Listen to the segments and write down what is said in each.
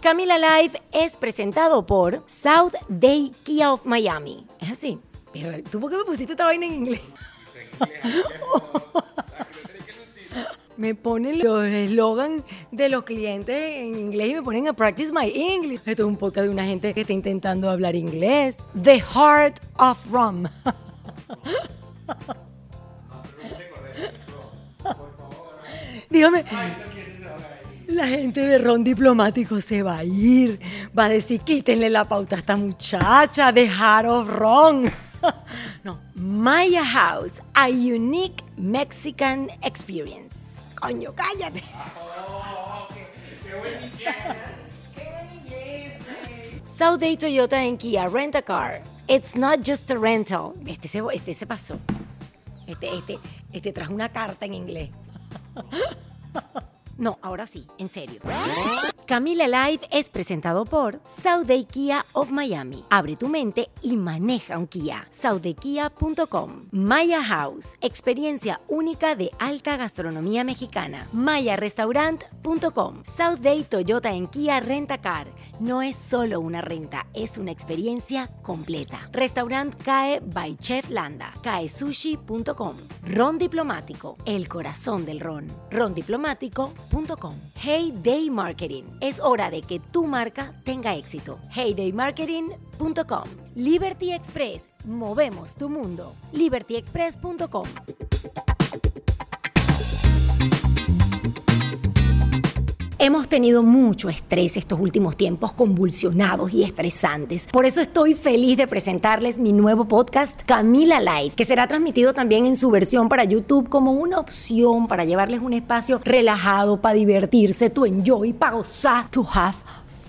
Camila Live es presentado por South Day Kia of Miami. Es así. Mierda, ¿Tú por qué me pusiste esta vaina en inglés? Me ponen los eslogan de los clientes en inglés y me ponen a practice my English. Esto es un podcast de una gente que está intentando hablar inglés. The Heart of Rum. Dígame, la gente de Ron Diplomático se va a ir. Va a decir, quítenle la pauta a esta muchacha, dejaros Ron. No, Maya House, a unique Mexican experience. Coño, cállate. South Day Toyota en Kia, rent a car. It's not just a rental. Este se, este se pasó. Este, este, este trajo una carta en inglés. No, ahora sí, en serio. Camila Live es presentado por Sauday Kia of Miami. Abre tu mente y maneja un Kia. Saudaykia.com. Maya House, experiencia única de alta gastronomía mexicana. MayaRestaurant.com. South Day Toyota en Kia Rentacar. No es solo una renta, es una experiencia completa. Restaurant CAE by Chef Landa. CAESushi.com. Ron Diplomático, el corazón del ron. Rondiplomático.com. Heyday Marketing. Es hora de que tu marca tenga éxito. HeyDayMarketing.com. Liberty Express. Movemos tu mundo. LibertyExpress.com. Hemos tenido mucho estrés estos últimos tiempos convulsionados y estresantes. Por eso estoy feliz de presentarles mi nuevo podcast Camila Live, que será transmitido también en su versión para YouTube como una opción para llevarles un espacio relajado para divertirse, tu enjoy, para gozar, to have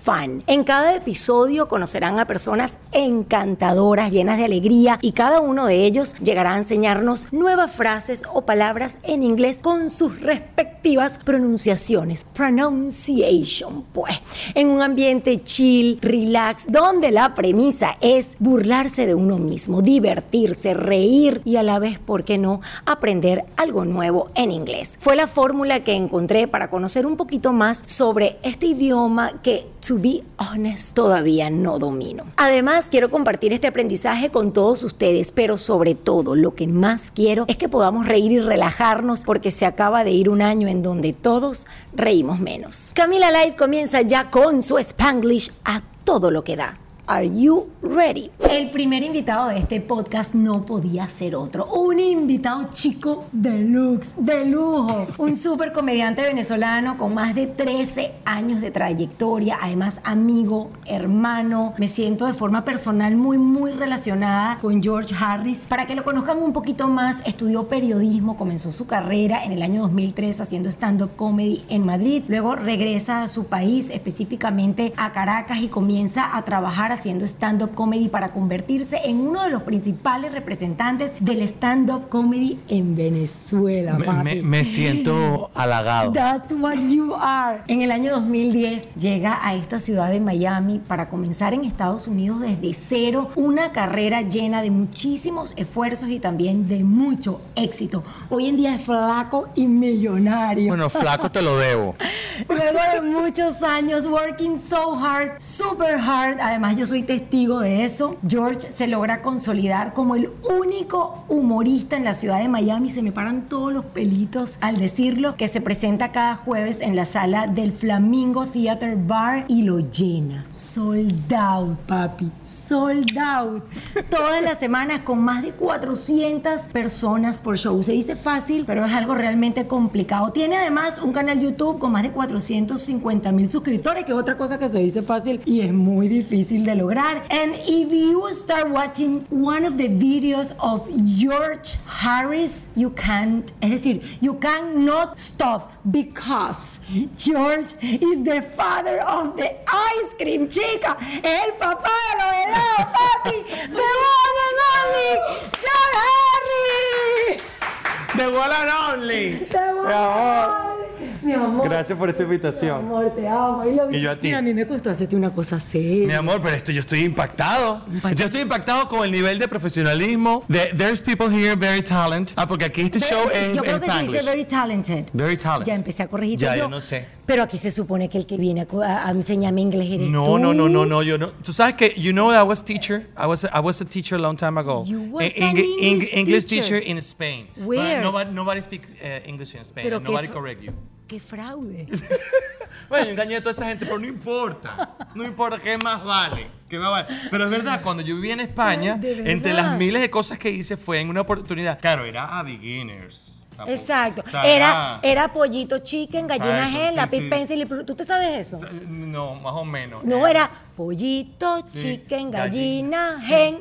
fan. En cada episodio conocerán a personas encantadoras, llenas de alegría, y cada uno de ellos llegará a enseñarnos nuevas frases o palabras en inglés con sus respectivas pronunciaciones. Pronunciation, pues. En un ambiente chill, relax, donde la premisa es burlarse de uno mismo, divertirse, reír y a la vez, ¿por qué no?, aprender algo nuevo en inglés. Fue la fórmula que encontré para conocer un poquito más sobre este idioma que to be honest, todavía no domino. Además, quiero compartir este aprendizaje con todos ustedes, pero sobre todo lo que más quiero es que podamos reír y relajarnos porque se acaba de ir un año en donde todos reímos menos. Camila Light comienza ya con su Spanglish a todo lo que da. Are you ready? El primer invitado de este podcast no podía ser otro. Un invitado chico deluxe, de lujo. Un super comediante venezolano con más de 13 años de trayectoria. Además, amigo, hermano. Me siento de forma personal muy, muy relacionada con George Harris. Para que lo conozcan un poquito más, estudió periodismo, comenzó su carrera en el año 2003 haciendo stand-up comedy en Madrid. Luego regresa a su país, específicamente a Caracas, y comienza a trabajar haciendo stand-up comedy para convertirse en uno de los principales representantes del stand-up comedy en Venezuela. Me, papi. me- me siento halagado. That's what you are. En el año 2010 llega a esta ciudad de Miami para comenzar en Estados Unidos desde cero una carrera llena de muchísimos esfuerzos y también de mucho éxito. Hoy en día es flaco y millonario. Bueno, flaco te lo debo. Luego de muchos años working so hard, super hard, además yo soy testigo de eso, George se logra consolidar como el único humorista en la ciudad de Miami, se me paran todos los pelitos al decirlo, que se presenta cada jueves en la sala del Flamingo Theater Bar y lo llena. Sold out, papi, sold out. Todas las semanas con más de 400 personas por show. Se dice fácil, pero es algo realmente complicado. Tiene además un canal YouTube con más de 450 mil suscriptores, que es otra cosa que se dice fácil y es muy difícil de lograr. And if you start watching one of the videos of George Harris, you can't, es decir, you cannot stop because George is the father of the ice cream, chica. Es el papá de los helados, papi. The one and only George Harris. ¡De Wall and Only! Te voy a amor. amar. Mi amor. amor. Gracias por esta Mi invitación. amor, te amo. I love you. Y yo a ti. Mira, a mí me costó hacerte una cosa Mi seria. amor, pero esto yo estoy impactado. Impactado. Yo estoy impactado con el nivel de profesionalismo. De, there's people here very talented. Ah, porque aquí este show es yo creo en que se dice Spanglish. very talented. Very talented. Ya empecé a corregir Ya, yo no sé. Pero aquí se supone que el que viene a, co- a- a enseñarme inglés eres No, tú. no, no, no, no, yo no. Tú sabes que you know I was teacher. I was I was a teacher a long time ago. You was Eh, an English English teacher. teacher. in Spain. But Where? nobody, nobody speaks eh, English in Spain. Pero and qué nobody fu- correct you. Qué fraude. Bueno, engañé a toda esa gente, pero no importa. No importa, ¿qué más vale? ¿Qué más vale? Pero es verdad, cuando yo vivía en España, Ay, de entre verdad. las miles de cosas que hice fue en una oportunidad. Claro, era a beginners. Tampoco- Exacto. o sea, Era, era pollito chicken, gallina Exacto, gel, sí, lápiz sí. pencil y plu- ¿Tú te sabes eso? No, más o menos. No, era pollito, Sí, chicken, gallina, gallina. gen,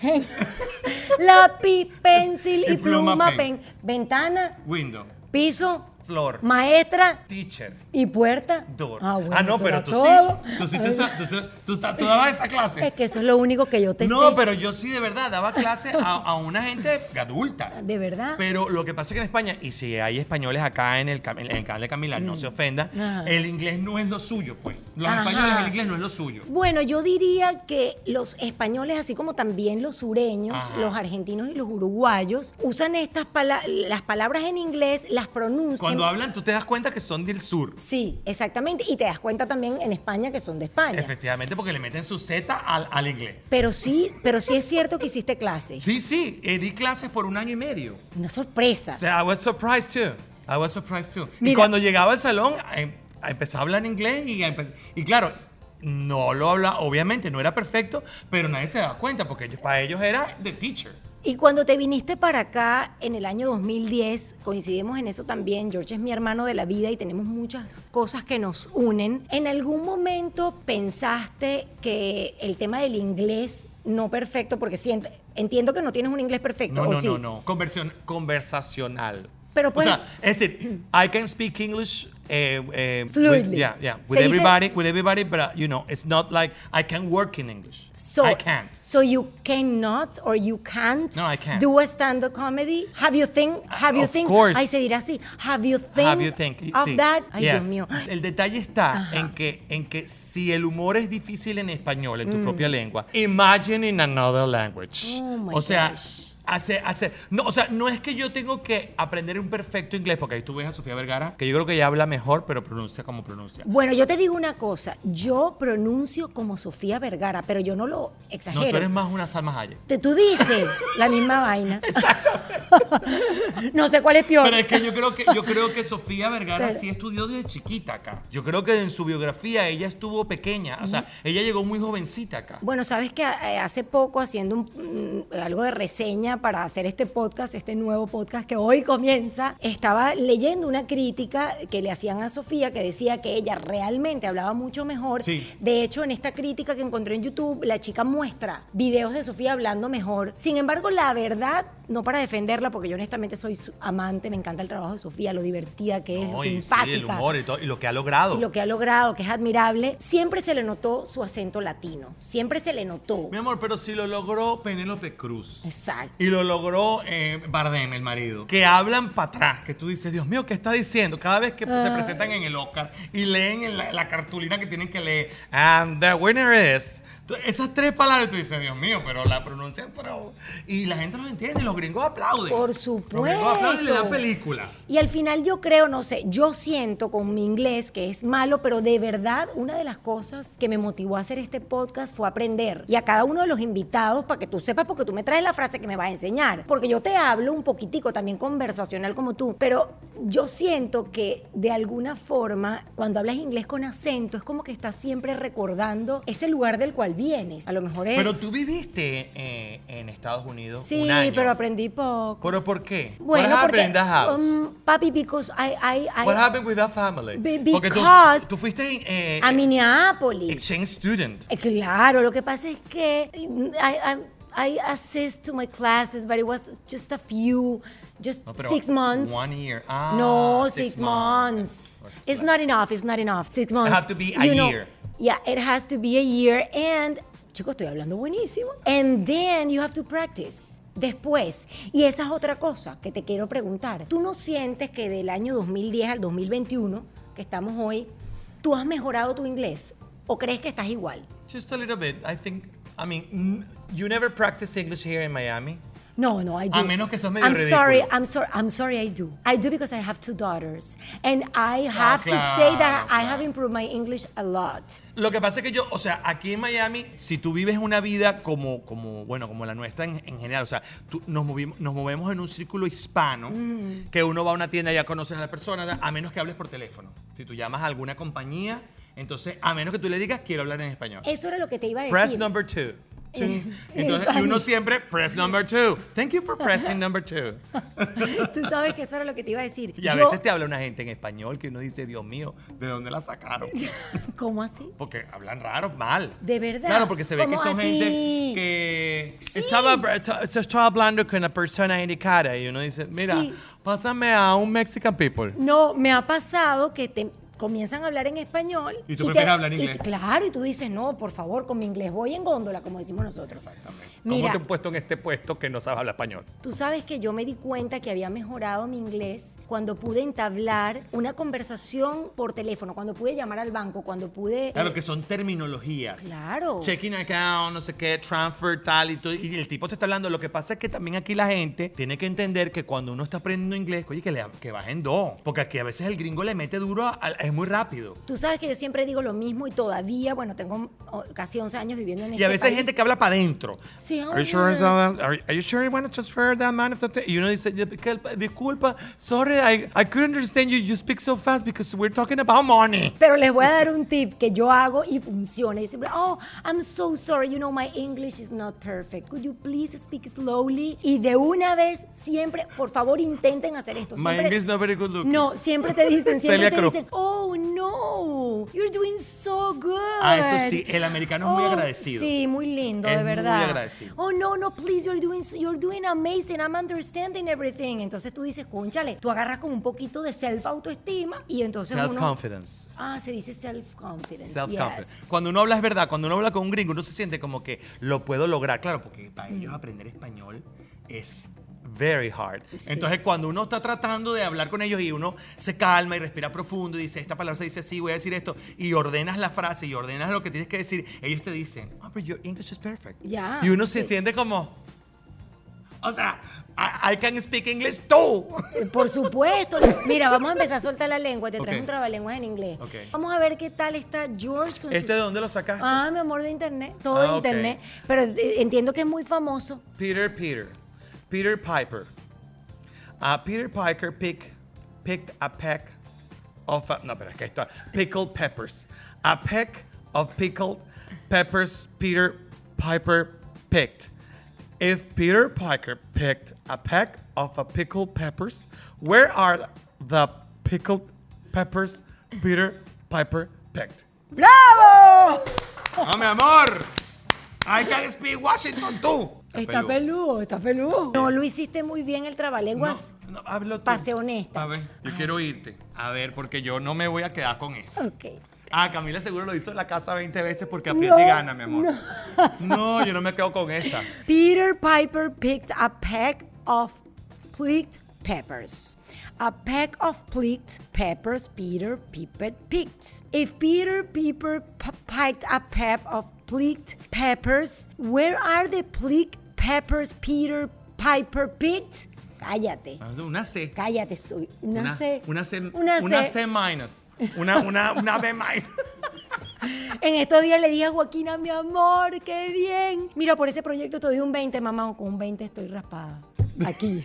gen, lápiz, pencil y, Y pluma, pluma, pen. pen. Ventana, Window, piso, Flor. maestra teacher. y puerta. Door. Ah, bueno, no, eso pero era tú todo. sí. Tú sí te sa- tú sí- tú sa- tú dabas esa clase. Es que eso es lo único que yo te No, sé. pero yo sí de verdad daba clases a, a una gente adulta. De verdad. Pero lo que pasa es que en España, y si hay españoles acá en el, cam- en el canal de Camila, no se ofenda, Ajá. el inglés no es lo suyo, pues. Los Mm. Ajá. españoles, el inglés no es lo suyo. Bueno, yo diría que los españoles, así como también los sureños, Ajá. los argentinos y los uruguayos, usan estas pala- las palabras en inglés, las pronuncian. Cuando hablan, tú te das cuenta que son del sur. Sí, exactamente. Y te das cuenta también en España que son de España. Efectivamente, porque le meten su Z al, al inglés. Pero sí, pero sí es cierto que hiciste clases. Sí, sí, eh, di clases por un año y medio. Una sorpresa. O sea, I was surprised too. I was surprised too. Mira. Y cuando llegaba al salón, em- empezaba a hablar inglés y, empe- y claro, no lo hablaba, obviamente no era perfecto, pero nadie se daba cuenta porque ellos- para ellos era the teacher. Y cuando te viniste para acá en el año 2010, coincidimos en eso también, George es mi hermano de la vida y tenemos muchas cosas que nos unen. ¿En algún momento pensaste que el tema del inglés no perfecto, porque sí, ent- entiendo que no tienes un inglés perfecto, No, ¿o no, sí? no, no. Conversión, conversacional. Pero pues- o sea, es decir, I can speak English eh, eh, with- Fluidly. yeah, yeah, Se with dice- everybody, with everybody, but you know, it's not like I can work in English. So, I can't. So you cannot or you can't No, I can't. Uh, do a stand-up comedy. Have you think? Have you of think? course. Ahí se dirá así. Have you think? Have you think? of sí. that? Ay, Dios Yes. mío. El detalle está en que, en que si el humor es difícil en español, en tu propia lengua, imagine in another language. Mm. Oh, my o sea, gosh. hace- hace- no, o sea, no es que yo tengo que aprender un perfecto inglés, porque ahí tú ves a Sofía Vergara, que yo creo que ella habla mejor, pero pronuncia como pronuncia. Bueno, yo te digo una cosa. Yo pronuncio como Sofía Vergara, pero yo no lo No, exagero. tú eres más una Salma Hayek. Te- Tú dices la misma vaina. no sé cuál es peor. Pero es que yo creo que yo creo que Sofía Vergara Pero- sí estudió desde chiquita acá. Yo creo que en su biografía ella estuvo pequeña, o sea, ella llegó muy jovencita acá. Bueno, sabes que eh, hace poco haciendo un- mm, algo de reseña para hacer este podcast, este nuevo podcast que hoy comienza, estaba leyendo una crítica que le hacían a Sofía que decía que ella realmente hablaba mucho mejor. Sí. De hecho, en esta crítica que encontré en YouTube, la chica muestra videos de Sofía hablando mejor. Sin embargo, la verdad, no para defenderla, porque yo honestamente soy su amante, me encanta el trabajo de Sofía, lo divertida que es, lo No, y sí, simpática el humor y, todo, y lo que ha logrado. y lo que ha logrado, que es admirable, siempre se le notó su acento latino, siempre se le notó. Mi amor, pero si lo logró Penélope Cruz. Exacto. Y lo logró eh, Bardem, el marido. Que hablan para atrás, que tú dices, Dios mío, ¿qué está diciendo? Cada vez que Ah. se presentan en el Oscar y leen en la, la cartulina que tienen que leer, and the winner is. Tú- Esas tres palabras, tú dices, Dios mío, pero la pronuncian, pero... Y la gente no entiende, los gringos aplauden. Por Los gringos aplauden y le supuesto. dan película. Y al final yo creo, no sé, yo siento con mi inglés que es malo, pero de verdad una de las cosas que me motivó a hacer este podcast fue aprender. Y a cada uno de los invitados, para que tú sepas, porque tú me traes la frase que me vas a enseñar. Porque yo te hablo un poquitico también conversacional como tú, pero yo siento que de alguna forma, cuando hablas inglés con acento, es como que estás siempre recordando ese lugar del cual vienes. A lo mejor es... Pero tú viviste eh, en Estados Unidos Eh. sí, un año. pero aprendí poco. ¿Pero por qué? Bueno, What happened porque, in that house? um, papi, because I, I, I, What happened with that family? Be- Porque tú, because- tú fuiste eh, a Minneapolis. exchange student. Eh, Claro, lo que pasa es que mm, I, I, I assist to my classes, but it was just a few, just No, pero six months. One year. Ah, no, six six, months. months. Pues, It's not enough. It's not enough. Six months. have to be a You know, year. Yeah, it has to be a year. And chicos, estoy hablando buenísimo. And then you have to practice. después. Y esa es otra cosa que te quiero preguntar. ¿Tú no sientes que del año 2010 al 2021, que estamos hoy, tú has mejorado tu inglés o crees que estás igual? Just a little bit. I think, I mean, you never practice English here in Miami. No, no, I do. A menos que seas medio I'm sorry, ridículo. I'm sorry, I'm sorry, I do. I do because I have two daughters. And I have claro, to say that I Ah, claro. have improved my English a lot. Lo que pasa es que yo, o sea, aquí en Miami, si tú vives una vida como, como bueno, como la nuestra en, en general, o sea, tú- nos, movimos, nos movemos en un círculo hispano, que uno va a una tienda y ya conoces a la persona, a menos que hables por teléfono. Si tú llamas a alguna compañía, entonces, a menos que tú le digas, quiero hablar en español. Eso era lo que te iba a decir. Press number two. Two. Entonces, y uno siempre, press number two. Thank you for pressing number two. Tú sabes que eso era lo que te iba a decir. Y a Yo- veces te habla una gente en español que uno dice, Dios mío, ¿de dónde la sacaron? ¿Cómo así? Porque hablan raro, mal. De verdad. Claro, porque se ve que ¿Cómo son así? gente que estaba, se estaba hablando con la persona indicada y uno dice, mira, Sí. pásame a un Mexican people. No, me ha pasado que te comienzan a hablar en español. Y tú te- prefieres hablar inglés. y- claro, y tú dices, no, por favor, con mi inglés voy en góndola, como decimos nosotros. ¿Cómo Mira, Eh. te han puesto en este puesto que no sabes hablar español? tú sabes que yo me di cuenta que había mejorado mi inglés cuando pude entablar una conversación por teléfono, cuando pude llamar al banco, cuando pude... Claro, que son terminologías. Claro. Checking account, no sé qué, transfer, tal y todo. Y el tipo te está hablando. Lo que pasa es que también aquí la gente tiene que entender que cuando uno está aprendiendo inglés, oye, que, le, que bajen dos. Porque aquí a veces el gringo le mete duro, al- es muy rápido. Tú sabes que yo siempre digo lo mismo y todavía, bueno, tengo oh, casi 11 años viviendo en Y este a veces hay país. gente que habla para adentro. Sí, Are you sure ah. that- are- are you sure you want to transfer that amount of time? Y uno dice, "Disculpa- disculpa, sorry, I, I couldn't understand you. You speak so fast because we're talking about money. Pero les voy a dar un tip que yo hago y funciona. Yo siempre, oh, I'm so sorry, you know, my English is not perfect. Could you please speak slowly? Y de una vez, siempre, por favor, intenten hacer esto. My Siempre- English not very good looking. No, siempre te dicen, Celia siempre te Cruz. dicen, oh, no, you're doing so good. Oh, Ah, eso sí, el americano es muy agradecido. Sí, muy lindo, Es de muy verdad. agradecido. Oh, no, no, please, you're doing, so- you're doing amazing, I'm understanding everything. Entonces tú dices, cónchale, tú agarras con un poquito de self-autoestima y entonces uno- Self-confidence. Ah, se dice self-confidence. Self-confidence. yes. Cuando uno habla es verdad, cuando uno habla con un gringo, uno se siente como que lo puedo lograr. Claro, porque para Mm. ellos aprender español es very hard. Entonces, cuando uno está tratando de hablar con ellos y uno se calma y respira profundo y dice, esta palabra se dice así, voy a decir esto, y ordenas la frase y ordenas lo que tienes que decir, ellos te dicen, oh, but your English is perfect. Ya, y uno se sí. siente como, o sea, I, I can speak English too. Eh, Por supuesto. Mira, vamos a empezar a soltar la lengua. Te traes Ok. un trabalenguas en inglés. Ok. Vamos a ver qué tal está George con su- ¿Este de dónde lo sacaste? Ah, mi amor, de internet. Todo Ah, de ok. internet. Pero eh, entiendo que es muy famoso. Peter Peter. Peter Piper. Uh, Peter Piper pick, picked a peck of uh, no, pero es que esto pickled peppers. A peck of pickled peppers Peter Piper picked. If Peter Piper picked a peck of a pickled peppers, where are the pickled peppers Peter Piper picked? ¡Bravo! No, mi amor. I can speak Washington too. Está peludo, está peludo. No lo hiciste muy bien el trabalenguas. No, no, hablo tú. Pase Pues, honesta. A ver, yo quiero irte. A ver, porque yo no me voy a quedar con eso. Ok. Ah, Camila seguro lo hizo en la casa 20 veces porque aprieta y No, gana, mi amor. No. yo no me quedo con esa. Peter Piper picked a peck of plicked peppers. A peck of plicked peppers Peter Piper picked. If Peter Piper p- picked a peck of plicked peppers, where are the plicked peppers Peter Piper picked? Cállate. Una C. Cállate, soy. Una, C. Una C. Una Una C. C minus. Una, una, una B minus. En estos días le dije a Joaquina, mi amor, qué bien. Mira, por ese proyecto te doy un 20, mamá. Con un 20 estoy raspada. Aquí.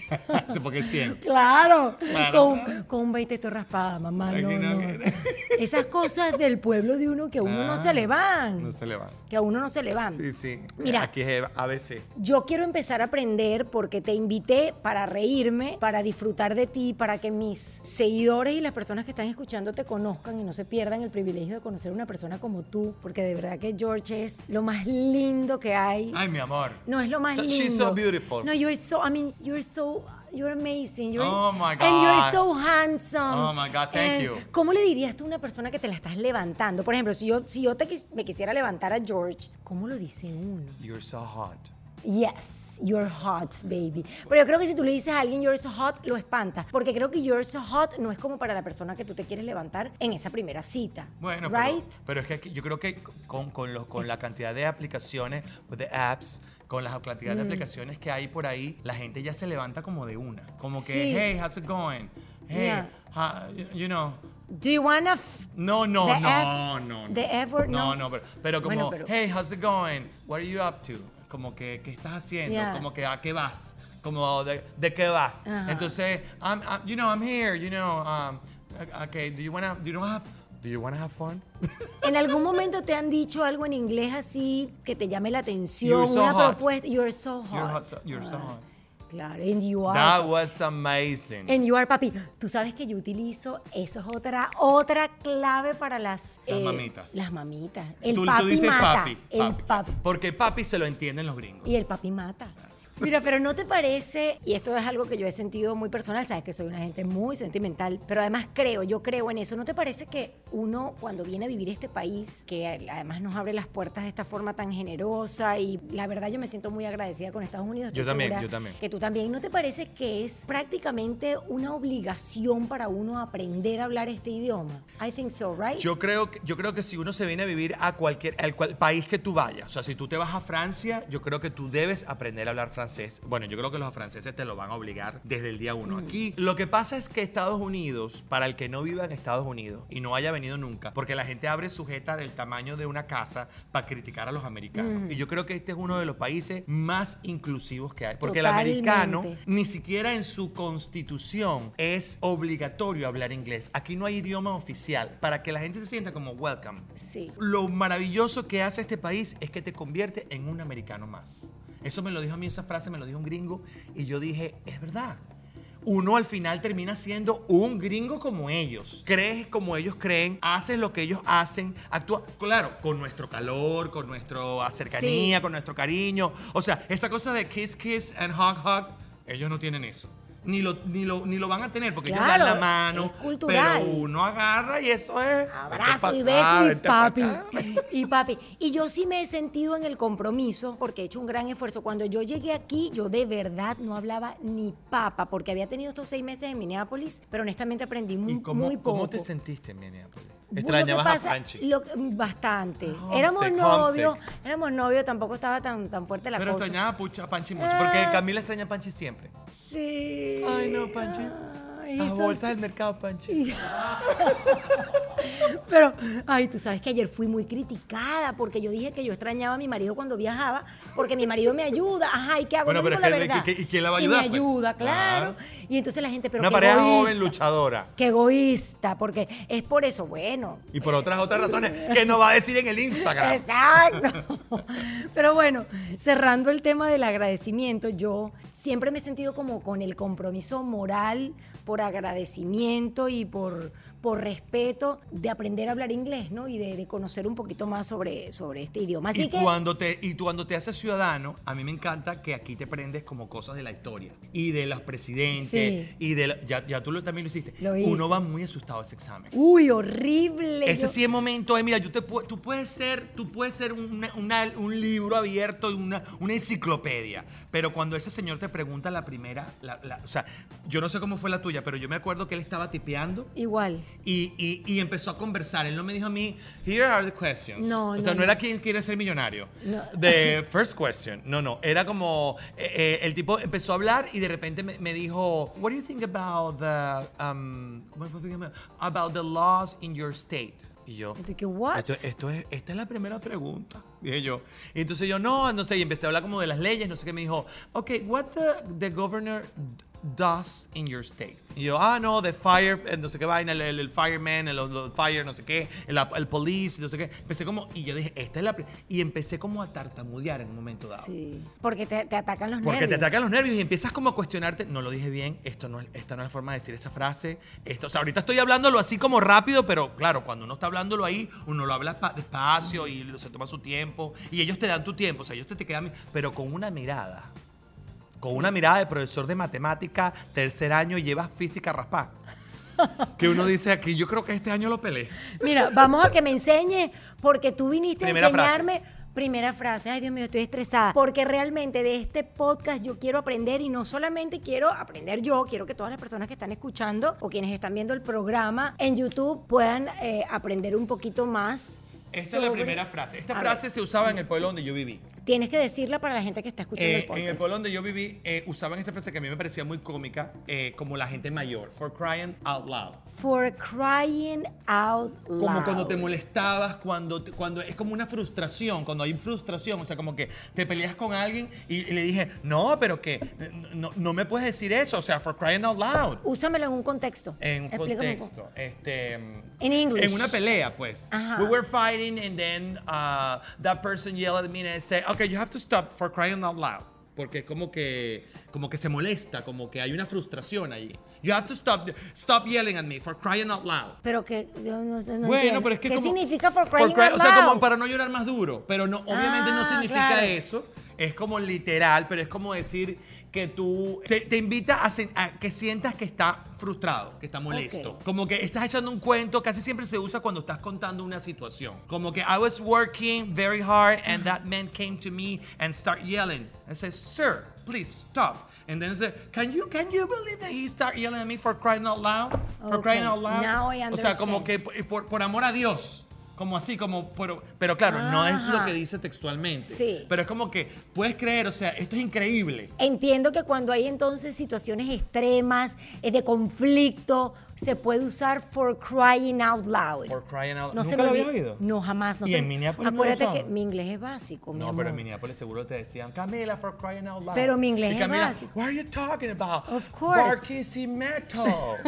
Sí, porque es 100. Claro, Claro. con, con un 20 estoy raspada, mamá. Aquí No, no no. quiere. Esas cosas del pueblo de uno que a uno no se le van. No se le va. Que a uno no se le van. Ah. Sí, sí. Mira. Aquí es ABC. Yo quiero empezar a aprender porque te invité para reírme, para disfrutar de ti, para que mis seguidores y las personas que están escuchando te conozcan y no se pierdan el privilegio de conocer a una persona como tú, porque de verdad que George es lo más lindo que hay. Ay, mi amor. No es lo más So- lindo. She's so beautiful. No, you're so. I mean, you're so. You're amazing. You're, Oh, my And you're God. so handsome. Oh, my God, thank And you. ¿Cómo le dirías tú a una persona que te la estás levantando? Por ejemplo, si yo, si yo te, quis- me quisiera levantar a George, ¿cómo lo dice uno? You're so hot. Yes, you're hot, baby. Pero yo creo que si tú le dices a alguien you're so hot, lo espantas. Porque creo que you're so hot no es como para la persona que tú te quieres levantar en esa primera cita. Bueno, pero- right? pero, es que aquí- yo creo que con, con los- con la cantidad de aplicaciones, pues, de apps, con la cantidad de Mm. aplicaciones que hay por ahí, la gente ya se levanta como de una. Como que, Sí. hey, how's it going? Hey, Yeah. how- you know. Do you wanna f- No, no, The no, F- no, no. the F word, no. no. pero, pero como, Bueno, pero- hey, how's it going? What are you up to? Como que, ¿qué estás haciendo? Yeah. Como que, ¿a qué vas? Como, "Oh, ¿de, de qué vas? Ajá. Entonces, I'm, I'm- you know, I'm here, you know, um, okay, do you wanna, do you wanna have, do you wanna have fun? ¿En algún momento te han dicho algo en inglés así que te llame la atención? You're so una hot. propuesta. You're so hot. You're hot, so- you're so hot. Claro, and you are. That was amazing. En You Are Papi. Tú sabes que yo utilizo, eso es otra, otra clave para las... eh, Las mamitas. Las mamitas. El tú, papi tú dices mata. papi, El papi. papi. Porque papi se lo entienden los gringos. Y el papi mata. Mira, pero no te parece, y esto es algo que yo he sentido muy personal, sabes que soy una gente muy sentimental, pero además creo, yo creo en eso, ¿no te parece que uno cuando viene a vivir este país, que además nos abre las puertas de esta forma tan generosa, y la verdad yo me siento muy agradecida con Estados Unidos, Yo estoy también, segura yo también. Que tú también, ¿no te parece que es prácticamente una obligación para uno aprender a hablar este idioma? I think so, right? Yo creo, que- yo creo que si uno se viene a vivir a cualquier al cual- país que tú vayas, o sea, si tú te vas a Francia, yo creo que tú debes aprender a hablar francés. Bueno, yo creo que los franceses te lo van a obligar desde el día Mm. uno. Aquí lo que pasa es que Estados Unidos, para el que no viva en Estados Unidos y no haya venido nunca, porque la gente abre sujeta del tamaño de una casa para criticar a los americanos. Mm. Y yo creo que este es uno de los países más inclusivos que hay, porque el Totalmente. americano ni siquiera en su constitución es obligatorio hablar inglés. Aquí no hay idioma oficial para que la gente se sienta como welcome. Sí. Lo maravilloso que hace este país es que te convierte en un americano más. Eso me lo dijo a mí, esa frase me lo dijo un gringo y yo dije, es verdad. Uno al final termina siendo un gringo como ellos. Crees como ellos creen, haces lo que ellos hacen, actúa, claro, con nuestro calor, con nuestra cercanía, con nuestro cariño. O sea, esa cosa de kiss, kiss and hug, hug, ellos no tienen eso. Ni lo, ni lo, ni lo van a tener porque ellos dan Claro, la mano. es cultural. Pero uno agarra y eso es. Abrazo vente y pa' acá, beso y vente pa' papi. acá. Y papi. Y yo sí me he sentido en el compromiso porque he hecho un gran esfuerzo. Cuando yo llegué aquí, yo de verdad no hablaba ni papa porque había tenido estos seis meses en Minneapolis, pero honestamente aprendí muy, ¿Y cómo, muy poco. cómo te sentiste en Minneapolis? Bueno, lo que Extrañabas a pasa- Franchi. Ah, lo que- bastante. Homesick, éramos homesick. novios, éramos novios, tampoco estaba tan, tan fuerte la Pero cosa. extrañabas a, Pucha- a Panchi mucho. Porque Ah. Camila extraña a Panchi siempre. Sí. Ay, no, Panchi. Ay, Las eso bolsas sí. del mercado, Panchi. Pero, ay, tú sabes que ayer fui muy criticada porque yo dije que yo extrañaba a mi marido cuando viajaba porque mi marido me ayuda. Ajá, ¿y qué hago? Bueno, No pero digo es la que- verdad. ¿y qué- y quién la va a Sí, ayudar, me pues? ayuda, claro. Claro. Y entonces la gente, pero Una qué pareja egoísta, joven luchadora. Qué egoísta, porque es por eso, bueno. Y por otras otras razones que nos va a decir en el Instagram. Exacto. Pero bueno, cerrando el tema del agradecimiento, yo siempre me he sentido como con el compromiso moral por agradecimiento y por, por respeto de aprender a hablar inglés, ¿no? Y de, de conocer un poquito más sobre, sobre este idioma. Así y, que... cuando te, y cuando te haces ciudadano, a mí me encanta que aquí te prendes como cosas de la historia y de los presidentes Sí. y de la- ya, ya tú lo- también lo hiciste. Lo Uno hice. va muy asustado a ese examen. Uy, horrible. Ese Yo- sí es momento de, mira, yo te pu- tú puedes ser, tú puedes ser una- una- un libro abierto, y una, una enciclopedia, pero cuando ese señor te pregunta la primera, la- la- o sea, yo no sé cómo fue la tuya, pero yo me acuerdo que él estaba tipeando Igual. y, y- y empezó a conversar. Él no me dijo a mí, here are the questions. No, o sea, no, no, no. era quien quiere ser millonario. No. The first question. No, no. Era como, eh, eh, el tipo empezó a hablar y de repente me, me dijo, what do you think about the, um, what- what- what- about the laws in your state? Y yo, Y tú que, "What?" Esto, esto es, esta es la primera pregunta, dije yo. Y entonces yo, no, no sé, y empecé a hablar como de las leyes, no sé qué, me dijo, ok, what the, the governor d- does in your state? Y yo, ah, no, the fire, eh, no sé qué vaina, el, el- el fireman, el, el fire, no sé qué, el, el police, no sé qué. Empecé como, y yo dije, esta es la... pri-". Y empecé como a tartamudear en un momento dado. Sí. Porque te, te atacan los Porque te nervios. atacan los nervios y empiezas como a cuestionarte, no lo dije bien, esto no es, esta no es la forma de decir esa frase. Esto, o sea, ahorita estoy hablándolo así como rápido, pero claro, cuando uno está hablándolo ahí, uno lo habla pa- despacio y lo- se toma su tiempo. Y ellos te dan tu tiempo, o sea, ellos te, te quedan, pero con una mirada. Con una mirada de profesor de matemática, tercer año, y llevas física raspá. Que uno dice aquí, yo creo que este año lo peleé. Mira, vamos a que me enseñes porque tú viniste Primera a enseñarme Primera frase, ay Dios mío, estoy estresada, porque realmente de este podcast yo quiero aprender y no solamente quiero aprender yo, quiero que todas las personas que están escuchando o quienes están viendo el programa en YouTube puedan eh, aprender un poquito más. Esta es la sobre- primera frase. Esta A frase ver, se usaba en el pueblo donde yo viví. Tienes que decirla para la gente que está escuchando Eh, el podcast. en el pueblo donde yo viví eh, usaban esta frase que a mí me parecía muy cómica, eh, como la gente mayor, for crying out loud. For crying out loud. Como cuando te molestabas, cuando, te- cuando es como una frustración, cuando hay frustración, o sea, como que te peleas con alguien y, y le dije, no, pero que no, no me puedes decir eso, o sea, for crying out loud. Úsamelo en un contexto. En un Explícame un poco. contexto, este... In English. En una pelea, pues. Ajá. We were fighting and then uh, that person yelled at me and said, okay, you have to stop for crying out loud. Porque es como que, como que se molesta, como que hay una frustración ahí. You have to stop, stop yelling at me for crying out loud. Pero que yo no, sé, no bueno, entiendo. pero es que ¿Qué como- significa for crying cry- out O sea, como loud? para no llorar más duro. Pero no, obviamente no Ah, significa claro. eso. Es como literal, pero es como decir que tú te, te invita a, sen- a que sientas que está frustrado, que está molesto. Ok. Como que estás echando un cuento, casi siempre se usa cuando estás contando una situación. Como que I was working very hard and that man came to me and start yelling and says, "Sir, please stop." And then said, "Can you can you believe that he start yelling at me for crying out loud?" For Ok, crying out loud. now I o sea, como understand. que por, por- por amor a Dios. Como así, como, pero, pero claro, no es lo Ajá. que dice textualmente. Ah. Sí. Pero es como que puedes creer, o sea, esto es increíble. Entiendo que cuando hay entonces situaciones extremas, eh, de conflicto, se puede usar for crying out loud. For crying out- No ¿Nunca se me lo había olvi- oído? No, jamás. No ¿Y se- en Minneapolis no lo Acuérdate que usaban? mi inglés es básico, mi No, pero en amor. Minneapolis seguro te decían, Camila, for crying out loud. Pero mi inglés Y es Camila, básico. what are you talking about? Of course. Barquisimeto.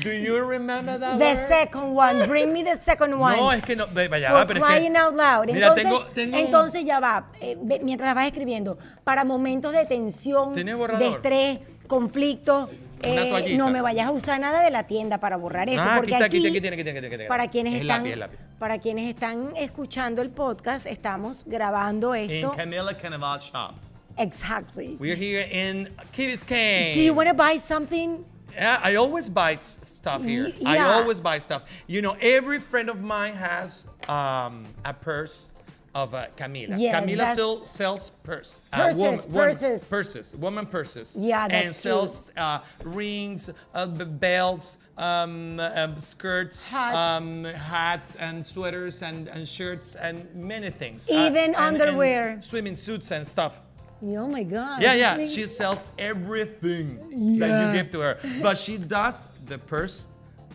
Do you remember that The word? second one, bring me the second one. No, es que no, ve- vaya, For va, pero es que- crying out loud. Mira, entonces, tengo- tengo un- entonces ya va, eh, ve- mientras vas escribiendo, para momentos de tensión, ¿Tienes de borrador? estrés, conflicto, Una eh, toallita. no me vayas a usar nada de la tienda para borrar eso, Ah, aquí porque está, aquí, aquí, aquí, tiene, aquí, tiene, aquí, tiene. para quienes Es el están lápiz, el lápiz. para quienes están escuchando el podcast, estamos grabando In esto. Camila Canaval Shop. Exactly. We're here in Kitty's Cane. Do you want to buy something? Yeah, I always buy s- stuff here. Y- I yeah. always buy stuff. You know, every friend of mine has um, a purse of uh, Camila. Yeah, Camila that's- still sells purse. uh, Purses, woman, purses. purses, woman purses. Yeah, And that's true. sells uh, rings, uh, b- belts, um, um, skirts, Hats. Um, hats, and sweaters, and, and shirts, and many things. Uh, Even and- and underwear. swimming suits and stuff. Oh my god. Yeah, yeah. Really? She sells everything that you give to her. But she does the purse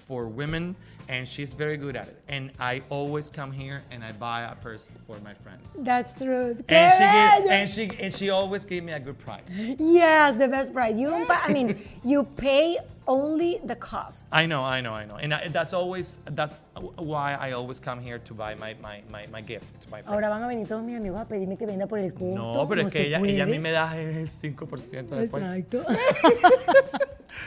for women and she's very good at it. And I always come here and I buy a purse for my friends. That's true. And ¡Qué she, bello! give, and she and she always gave me a good price. Yes, the best price. You don't pay, I mean, you pay only the cost. I know, I know, I know. And I, that's always that's why I always come here to buy my my, my, my gift to my friends. Ahora van a venir todos mis amigos a pedirme que venda por el costo. no, pero es se que ella, ella a mí puede. me da el 5% de descuento. Exacto.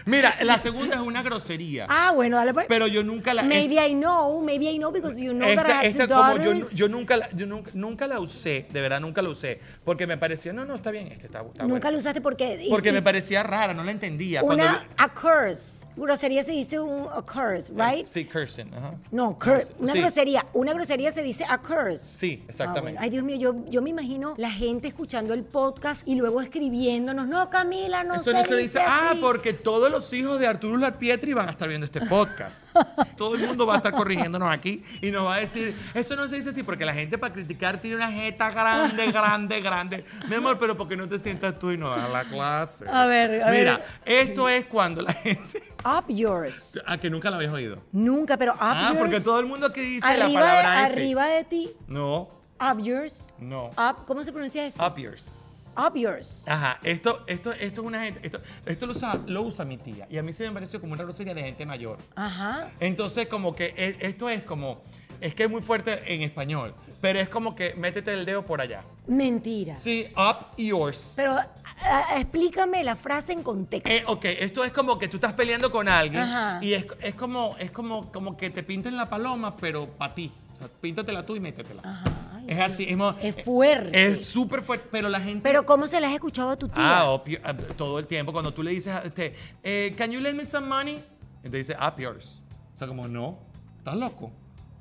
Mira, la segunda es una grosería. ah, bueno, dale pues. Pero yo nunca la Maybe I know, maybe I know because you know that I Esta, have esta two este como yo, daughters. yo nunca la, yo nunca, nunca la usé, de verdad nunca la usé, porque me parecía, no, no, está bien, este está, está Nunca lo bueno. usaste porque it's- Porque me it's parecía rara, no la entendía. una cuando a curse. Grosería se dice un a curse, right? Sí, cursing, ajá. No, curse. Sí. Una grosería, una grosería se dice a curse. Sí, exactamente. Ah, bueno. Ay, Dios mío, yo, yo me imagino la gente escuchando el podcast y luego escribiéndonos, no, Camila, no Eso se no se dice, ah, así". porque todos los hijos de Arturo Larpietri van a estar viendo este podcast. Todo el mundo va a estar corrigiéndonos aquí y nos va a decir, eso no se dice así, porque la gente para criticar tiene una jeta grande, grande, grande. Mi amor, pero porque no te sientas tú y no das la clase? A ver, a Mira, ver. esto es cuando la gente... Up yours. A Ah, que nunca la habías oído. Nunca, pero up Ah, yours. porque todo el mundo que dice arriba, la palabra de, F. arriba de ti, No, up yours. no. Up, ¿Cómo se pronuncia eso? Up yours. Up yours. Ajá, esto, esto, esto es una gente, esto, esto lo, usa, lo usa mi tía y a mí se me pareció como una grosería de gente mayor. Ajá. Entonces como que e- esto es como, es que es muy fuerte en español, pero es como que métete el dedo por allá. Mentira. Sí, up yours. Pero a- a- explícame la frase en contexto. Eh, ok, esto es como que tú estás peleando con alguien Ajá. y es, es como, es como, como que te pinten la paloma, pero para ti. O sea, píntatela tú y métetela. Ajá. Ay, Es así, es, mo- Es fuerte. Es súper fuerte, pero la gente. Pero ¿cómo se la has escuchado a tu tía? ah, up your- ah, todo el tiempo. Cuando tú le dices, a este, eh, ¿Can you lend me some money? Y te dice, up yours. O sea, como, no, estás loco.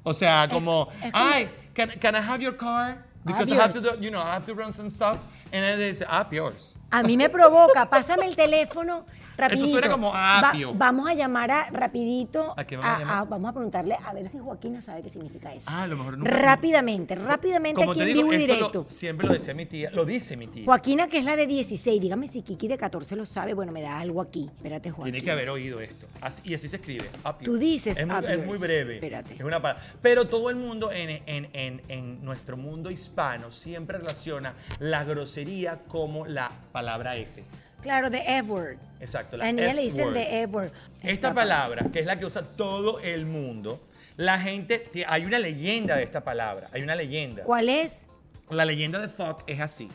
O sea, como, es como- ay, can, can I have your car? Because I have to do, you know, I have to run some stuff and then they say, up yours. A mí me provoca, pásame el teléfono rapidito. suena como apio. vamos a llamar a rapidito. ¿A qué vamos a llamar? vamos a preguntarle a ver si Joaquina sabe qué significa eso. Ah, a lo mejor nunca- Rápidamente, rápidamente Como aquí te en digo, vivo y esto lo- directo. siempre lo decía mi tía, lo dice mi tía. Joaquina, que es la de 16, dígame si Kiki de 14 lo sabe. Bueno, me da algo aquí. Espérate, Joaquina. Tiene que haber oído esto. Así- y así se escribe. up Tú yours. dices Es muy, up es yours. muy breve. Espérate. Es una pa- Pero todo el mundo en, en- en- en nuestro mundo hispano siempre relaciona la grosería como la palabra F. Claro, de Edward. Exacto. La niña le dicen F-word. de E. Edward. Esta palabra, que es la que usa todo el mundo, la gente. ti- Hay una leyenda de esta palabra. Hay una leyenda. ¿Cuál es? La leyenda de fuck es así.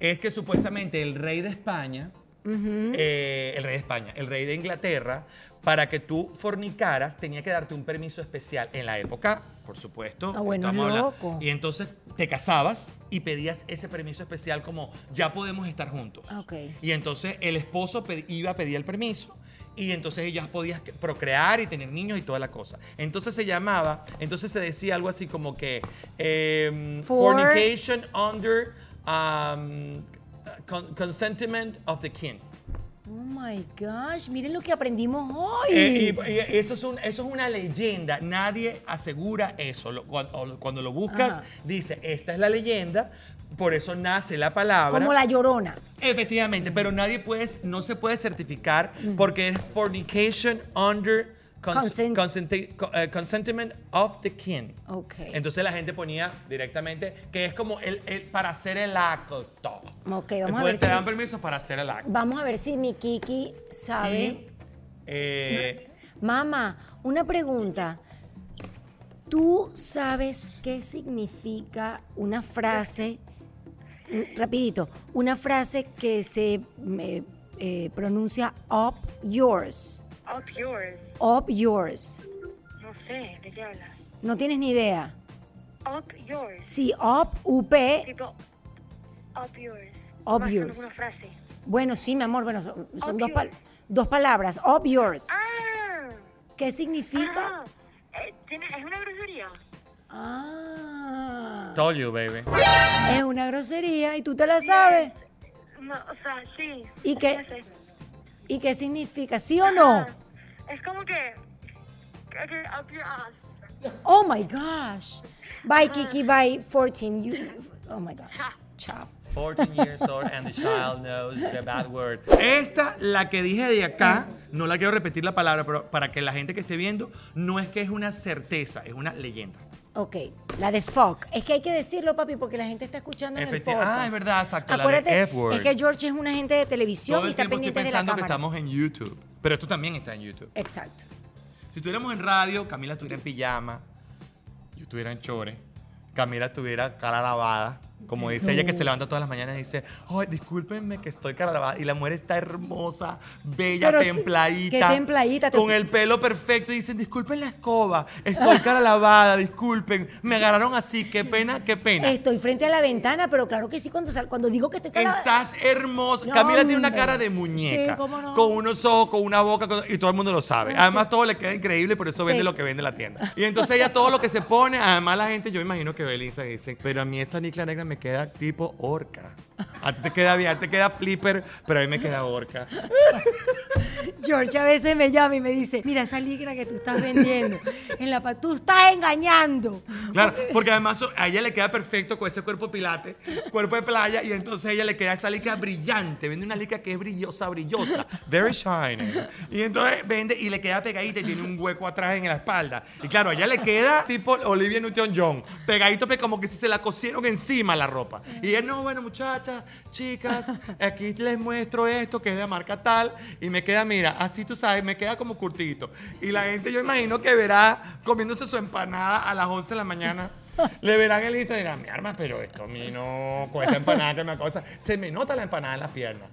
Es que supuestamente el rey de España, eh, el rey de España, el rey de Inglaterra, para que tú fornicaras tenía que darte un permiso especial en la época, por supuesto. Ah, bueno, estamos hablando- loco. Y entonces te casabas y pedías ese permiso especial como ya podemos estar juntos. Ok. Y entonces el esposo pe- iba a pedir el permiso y entonces ellas podías que- procrear y tener niños y toda la cosa. Entonces se llamaba, entonces se decía algo así como que em, For- fornication under um, con- consentiment of the king. Oh my gosh, miren lo que aprendimos hoy. Eh, y, y eso, es un- eso es una leyenda, nadie asegura eso. Lo- cuan- o lo- cuando, lo buscas, Ajá. dice, esta es la leyenda, por eso nace la palabra. Como la llorona. Efectivamente, pero nadie puede, no se puede certificar Mm. porque es fornication under cons- Consent. consenti- co- eh, consentiment of the kin. Ok. Entonces la gente ponía directamente que es como el, el- para hacer el acto. Ok, vamos a Pues ver Te si- dan permiso para hacer el acto. Vamos a ver si mi Kiki sabe. Y, eh, Mamá, una pregunta. ¿Tú sabes qué significa una frase, mm, rapidito, una frase que se eh, eh, pronuncia up yours? Up yours. Up yours. No sé, ¿de qué hablas? No tienes ni idea. Up yours. Sí, up, up. Tipo, up yours. Up Más o menos yours. una frase. Bueno, sí, mi amor, bueno, son, son Up dos, pal- yours. dos palabras. Up yours. ¡Ah! ¿Qué significa? ah, eh, tiene- es una grosería. Ah. told you, baby. Es una grosería y tú te la sabes. Yes. No, o sea, sí. ¿Y sí qué? la sé. ¿Y qué significa? ¿Sí o no? Ajá. Es como que. que- que up your ass. Oh my gosh. Bye, Kiki. Bye, 14. You, oh my gosh. Chao. Chao. 14 years old and the child knows the bad word. Esta, la que dije de acá, no la quiero repetir la palabra, pero para que la gente que esté viendo, no es que es una certeza, es una leyenda. Ok, la de fuck. Es que hay que decirlo, papi, porque la gente está escuchando en el Efecti- ah, podcast. es verdad, exacto, la de F-word. Es que George es un agente de televisión Todo y el está tiempo estoy pendiente de la pensando cámara. que estamos en YouTube, pero esto también está en YouTube. Exacto. Si estuviéramos en radio, Camila estuviera en pijama, yo estuviera en chores, Camila estuviera cara lavada. Como dice ella que se levanta todas las mañanas y dice, ay, discúlpenme que estoy cara lavada. Y la mujer está hermosa, bella, Pero, templadita. qué templadita, te- Con el pelo perfecto. Y dicen, disculpen la escoba, estoy cara lavada, disculpen. Me agarraron así, qué pena, qué pena. Estoy frente a la ventana, pero claro que sí, cuando, sal- cuando digo que estoy calada- Estás hermosa. No, Camila tiene una hombre. cara de muñeca. Sí, cómo no. Con unos ojos, con una boca, con- y todo el mundo lo sabe. Ah, además, sí. todo le queda increíble, por eso Sí. vende lo que vende la tienda. Y entonces ella todo lo que se pone, además la gente, yo me imagino que ve el Instagram y dice, pero a mí esa nicla negra me queda tipo orca. A ti te queda bien, a ti te queda flipper, pero a mí me queda orca. George a veces me llama y me dice, mira esa ligra que tú estás vendiendo, en la pa- tú estás engañando. Claro, porque además so- a ella le queda perfecto con ese cuerpo pilate, cuerpo de playa, y entonces a ella le queda esa lica brillante. Vende una lica que es brillosa, brillosa. Very shining. Y entonces vende y le queda pegadita y tiene un hueco atrás en la espalda. Y claro, a ella le queda tipo Olivia Newton-John. Pegadito, pe- como que si se la cosieron encima la ropa. Y ella, no, bueno, muchachas, chicas, aquí les muestro esto que es de la marca tal. Y me queda, mira, así tú sabes, me queda como curtito. Y la gente, yo imagino que verá comiéndose su empanada a las 11 de la mañana. Le verán el Instagram y dirán, mi arma, pero esto a mí no, con esta empanada que me cosa. Se me nota la empanada en las piernas.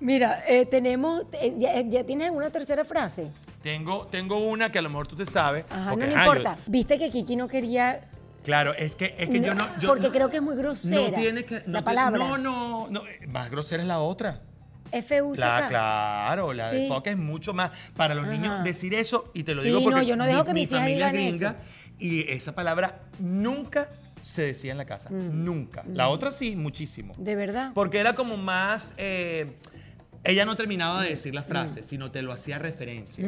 Mira, eh, tenemos, eh, ya, ¿ya tienes alguna tercera frase? Tengo, tengo una que a lo mejor tú te sabes. Ajá, porque, no me ajá, Ah, yo- importa. Viste que Kiki no quería claro, es que, es que yo no. yo porque no- creo que es muy grosera. No tiene que. No la ti- palabra. No, no, no. eh, Más grosera es la otra. FU La, saca. claro, la de Sí. foca es mucho más. Para los Ajá. niños decir eso, y te lo Sí, digo no, porque yo no dejo que mis hijas familia es digan gringa, Y esa palabra nunca se decía en la casa. Mm. Nunca. La otra sí, muchísimo. De verdad. Porque era como más. eh, ella no terminaba de decir las frases, sino te lo hacía referencia.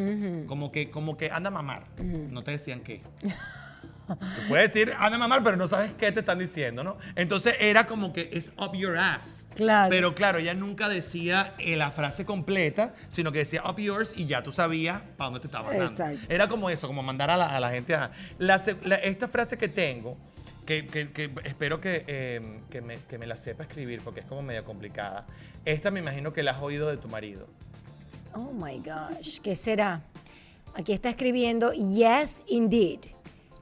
Como que, como que anda a mamar. No te decían qué. Tú puedes decir anda a mamar, pero no sabes qué te están diciendo, ¿no? Entonces era como que es up your ass. Claro. Pero claro, ella nunca decía eh, la frase completa, sino que decía up yours y ya tú sabías para dónde te estabas dando. Exacto. Era como eso, como mandar a la, a la gente a... la se- la- esta frase que tengo, que, que- que espero que, eh, que me, que me la sepa escribir porque es como medio complicada. Esta me imagino que la has oído de tu marido. Oh my gosh, ¿qué será? Aquí está escribiendo yes indeed.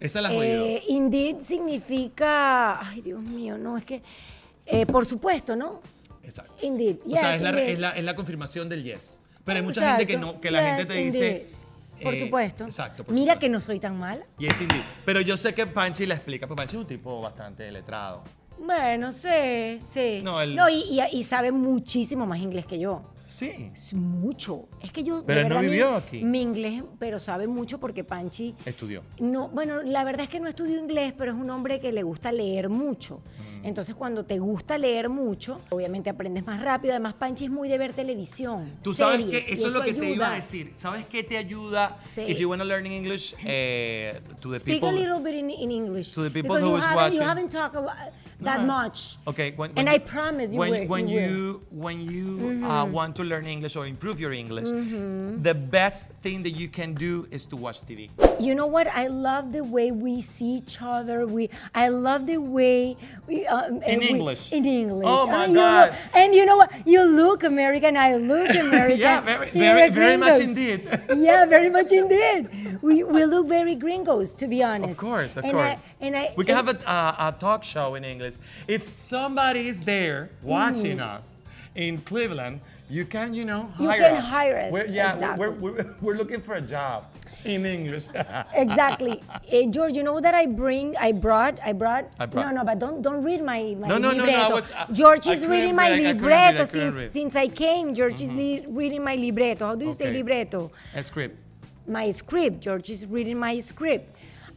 Esa la has Eh, oído. indeed significa, ay Dios mío, no es que eh, por supuesto, ¿no? Exacto. Indeed. o sea, yes, es la, indeed. es la- es la confirmación del yes. Pero hay mucha gente que Exacto. no, que la gente Yes, te dice. indeed. Por eh, supuesto. Exacto. por Mira supuesto. que no soy tan mala. Yes, indeed. Pero yo sé que Panchi la explica, porque Panchi es un tipo bastante letrado. Bueno, sí, eh, sí. No, el- y, y- y sabe muchísimo más inglés que yo. Sí. Es mucho. Es que yo. de Pero él no verdad, mi- vivió aquí. Mi inglés, pero sabe mucho porque Panchi. Estudió. No, bueno, la verdad es que no estudió inglés, pero es un hombre que le gusta leer mucho. Mm. Entonces, cuando te gusta leer mucho, obviamente aprendes más rápido. Además, Panchi es muy de ver televisión. Tú sabes series, que y eso, es lo que te iba a ayuda. decir. ¿Sabes qué te ayuda? Sí. If you want to learn English, eh, to the Speak people. a little bit in, in English. To the people because who you is haven't, You watching. haven't talked a lot- that No. much. Okay. When, And when I you- promise you when, will, When you will. Mm-hmm. you, when you uh, want to learn English or improve your English, the best thing that you can do is to watch TV. You know what? I love the way we see each other. We, I love the way we, um, In uh, we- English. in English. Oh, my and you know- God. and you know what? You look American. I look American. Yeah, very- See, very- we're very much gringos. indeed. yeah, very much indeed. We, we look very gringos, to be honest. Of course, of and course. I, and I, we can have a, a, a talk show in English. If somebody is there watching us in Cleveland, you can, you know, You hire can us. hire us, We're, yeah, exactly. we're, we're, we're looking for a job in English. e- Exactly, Eh, George. You know that I bring, I brought, I brought. I brought. No, no, but don't don't read my my No, no, no, no, I libretto. was- I- George I is couldn't reading read, my I- I couldn't read, I libretto couldn't since read. Mm-hmm. since I came. George is li- reading my libretto. How do you say Okay. libretto? a script. My script. George is reading my script.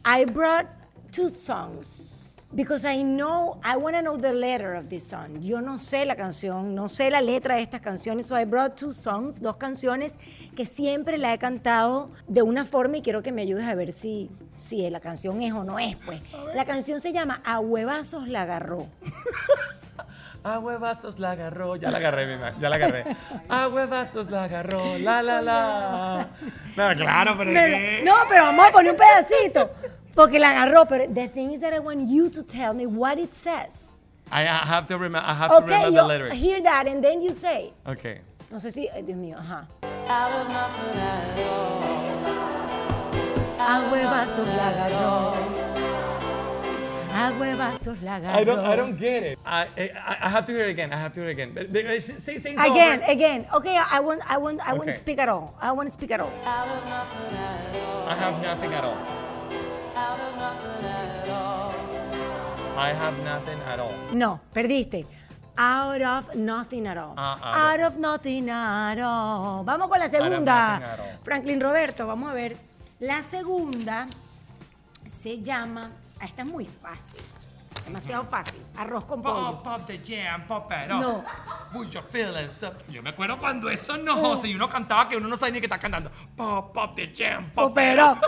I brought two songs because I know I want to know the letter of this song. Yo no sé la canción, no sé la letra de estas canciones. So I brought two songs, dos canciones que siempre la he cantado de una forma y quiero que me ayudes a ver si si la canción es o no es, pues. La canción se llama A huevazos la agarró. A huevazos la agarró. Ya la agarré, mi ma- ya la agarré. A huevazos la agarró. La, la, la. No, claro, pero es Me- que- no, pero vamos a poner un pedacito. Porque la agarró, pero the thing is that I want you to tell me what it says. I I have to remember, I have to Okay, remember you the lyrics. hear that and then you say. Okay. No sé si, ay, Dios mío, ajá. A huevazos la agarró. A huevazos la agarró. I don't, I don't get it. I, I, I have to hear it again. I have to hear it again. But, but, uh, sing, sing some Again, more. again. Okay, I won't, I won't, I won't Okay. speak at all. I won't speak at all. I have nothing at all. I have nothing at all. No, perdiste. Out of nothing at all. Ah, ah, out of nothing at all. Vamos con la of segunda. nothing at all. Franklin Roberto, vamos a ver. La segunda se llama. Ah, esta es muy fácil. Demasiado fácil. Arroz con pollo. Pop, pop the jam, pop it No. up. Put your feelings up. Yo me acuerdo cuando eso no, si uno cantaba que uno no sabía ni que está cantando. Pop, pop the jam, pop it Pero, up.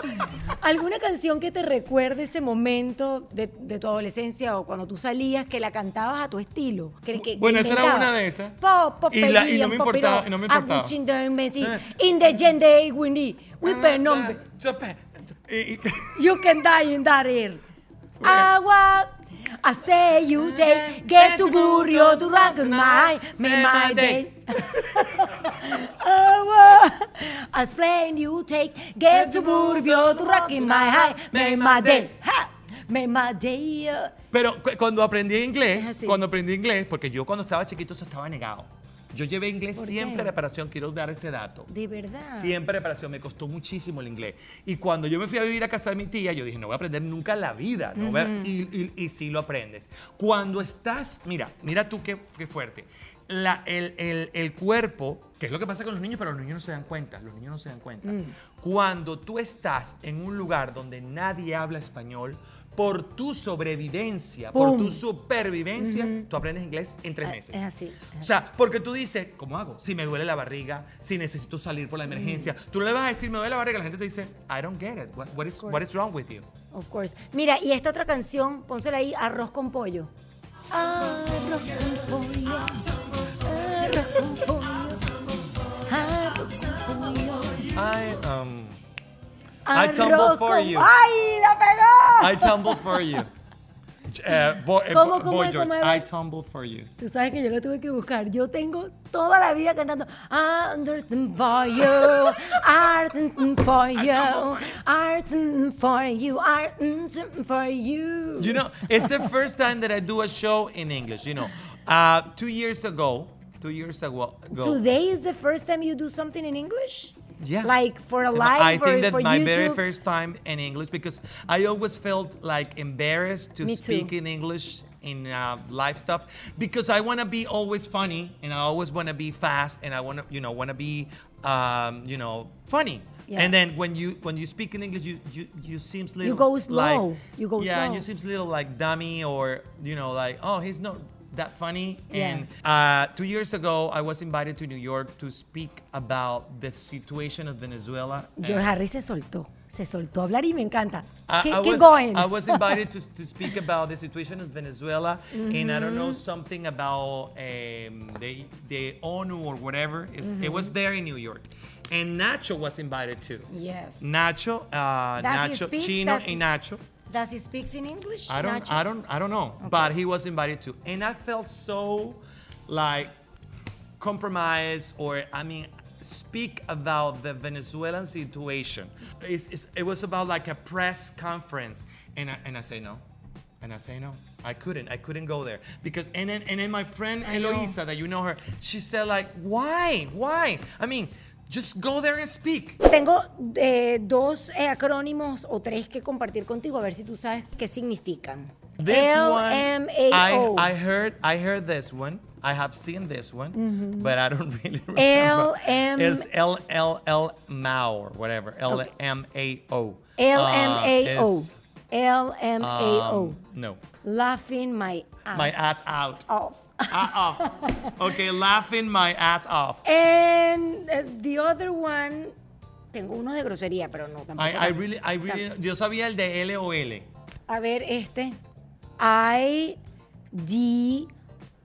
¿alguna canción que te recuerde ese momento de, de tu adolescencia o cuando tú salías que la cantabas a tu estilo? Que- que- Bueno, que esa era inventabas? una de esas. Pop, pop, Y la- y no pop, me pop, importaba, pop. y no me Ah, importaba. Gucci, Don Messi, Eh. Ah, In the gen day we need, we pay number. Y- y- You can die in that air. Agua. I say you take get to burrio to rock and my me my day. Agua. I explain you take get to burrio to rock in my high me my day. Ha! Me my day. uh. Pero cu- cuando aprendí inglés, Es así. cuando aprendí inglés, porque yo cuando estaba chiquito eso estaba negado. Yo llevé inglés ¿Por siempre qué? a reparación, quiero dar este dato. De verdad. Siempre preparación, me costó muchísimo el inglés. Y cuando yo me fui a vivir a casa de mi tía, yo dije, no voy a aprender nunca en la vida, ¿no? voy a- y, y, si lo aprendes. Cuando estás, mira, mira tú qué, qué fuerte. la- el, el- el cuerpo, que es lo que pasa con los niños, pero los niños no se dan cuenta, los niños no se dan cuenta. Mm. Cuando tú estás en un lugar donde nadie habla español, por tu sobrevivencia, por Pum. tu supervivencia, tú aprendes inglés en tres Ah, meses. es así, es O sea, porque tú dices, ¿cómo hago? Si me duele la barriga, si necesito salir por la emergencia. Tú le vas a decir, me duele la barriga, la gente te dice, I don't get it. What, what is, what is wrong with you? Of course. Mira, y esta otra canción, pónsela ahí, Arroz con Pollo. Arroz con pollo, arroz con pollo, arroz con pollo. I, um, I Arroz tumble for con- you. ¡Ay, la pegó! I tumble for you. Eh, boy, eh, ¿Cómo, boy cómo es, George, cómo es? I tumble for you. Tú sabes que yo la tuve que buscar. Yo tengo toda la vida cantando Arroz con pollo, arroz con pollo, arroz con pollo, arroz con pollo. You know, it's the first time that I do a show in English. You know, uh, two years ago, two years ago. ago Today is the first time you do something in English? Yeah. Like for a And live I or think that for my YouTube? very first time in English because I always felt like embarrassed to Me too. speak in English in uh, live stuff because I want to be always funny and I always want to be fast and I want to you know want to be um, you know funny. Yeah. And then when you when you speak in English, you you you seems little go slow. Like, You go yeah, and slow. you seems little like dummy or you know like oh he's not that funny. Yeah. And uh, two years ago, I was invited to New York to speak about the situation of Venezuela. George Harry se soltó. Se soltó a hablar y me encanta. I, keep I keep was, going. I was invited to, to speak about the situation of Venezuela, and I don't Mm-hmm. know something about um, the the ONU or whatever. It's, It was there in New York, and Nacho was invited too. Mm-hmm. yes. Nacho, uh, Does he Nacho, speak? Chino, Does he- and Nacho. Does he speak in English? I don't, Nacho? I don't, I don't know. But he was invited to, and I felt so, like, compromised or I mean, speak about the Venezuelan situation. It's, it's, it was about like a press conference, and I, and I say no, and I say no. I couldn't, I couldn't go there because, and then, and then my friend I know. Eloisa, that you know her, she said like, why, why? I mean, just go there and speak. Tengo eh, dos eh, acrónimos o tres que compartir contigo a ver si tú sabes qué significan. This one, LMAO. I, I heard, I heard this one. I have seen this one, but I don't really remember. LM It's L L L Mao or whatever. L M A O. LMAO. Uh, it's, LMAO. um, no. Laughing my ass. My ass out. Off. Ah, off. Okay, laughing my ass off. And eh, the other one, tengo uno de grosería, pero no tampoco. I, I really, I really. Yo sabía el de L O L. A ver este. I D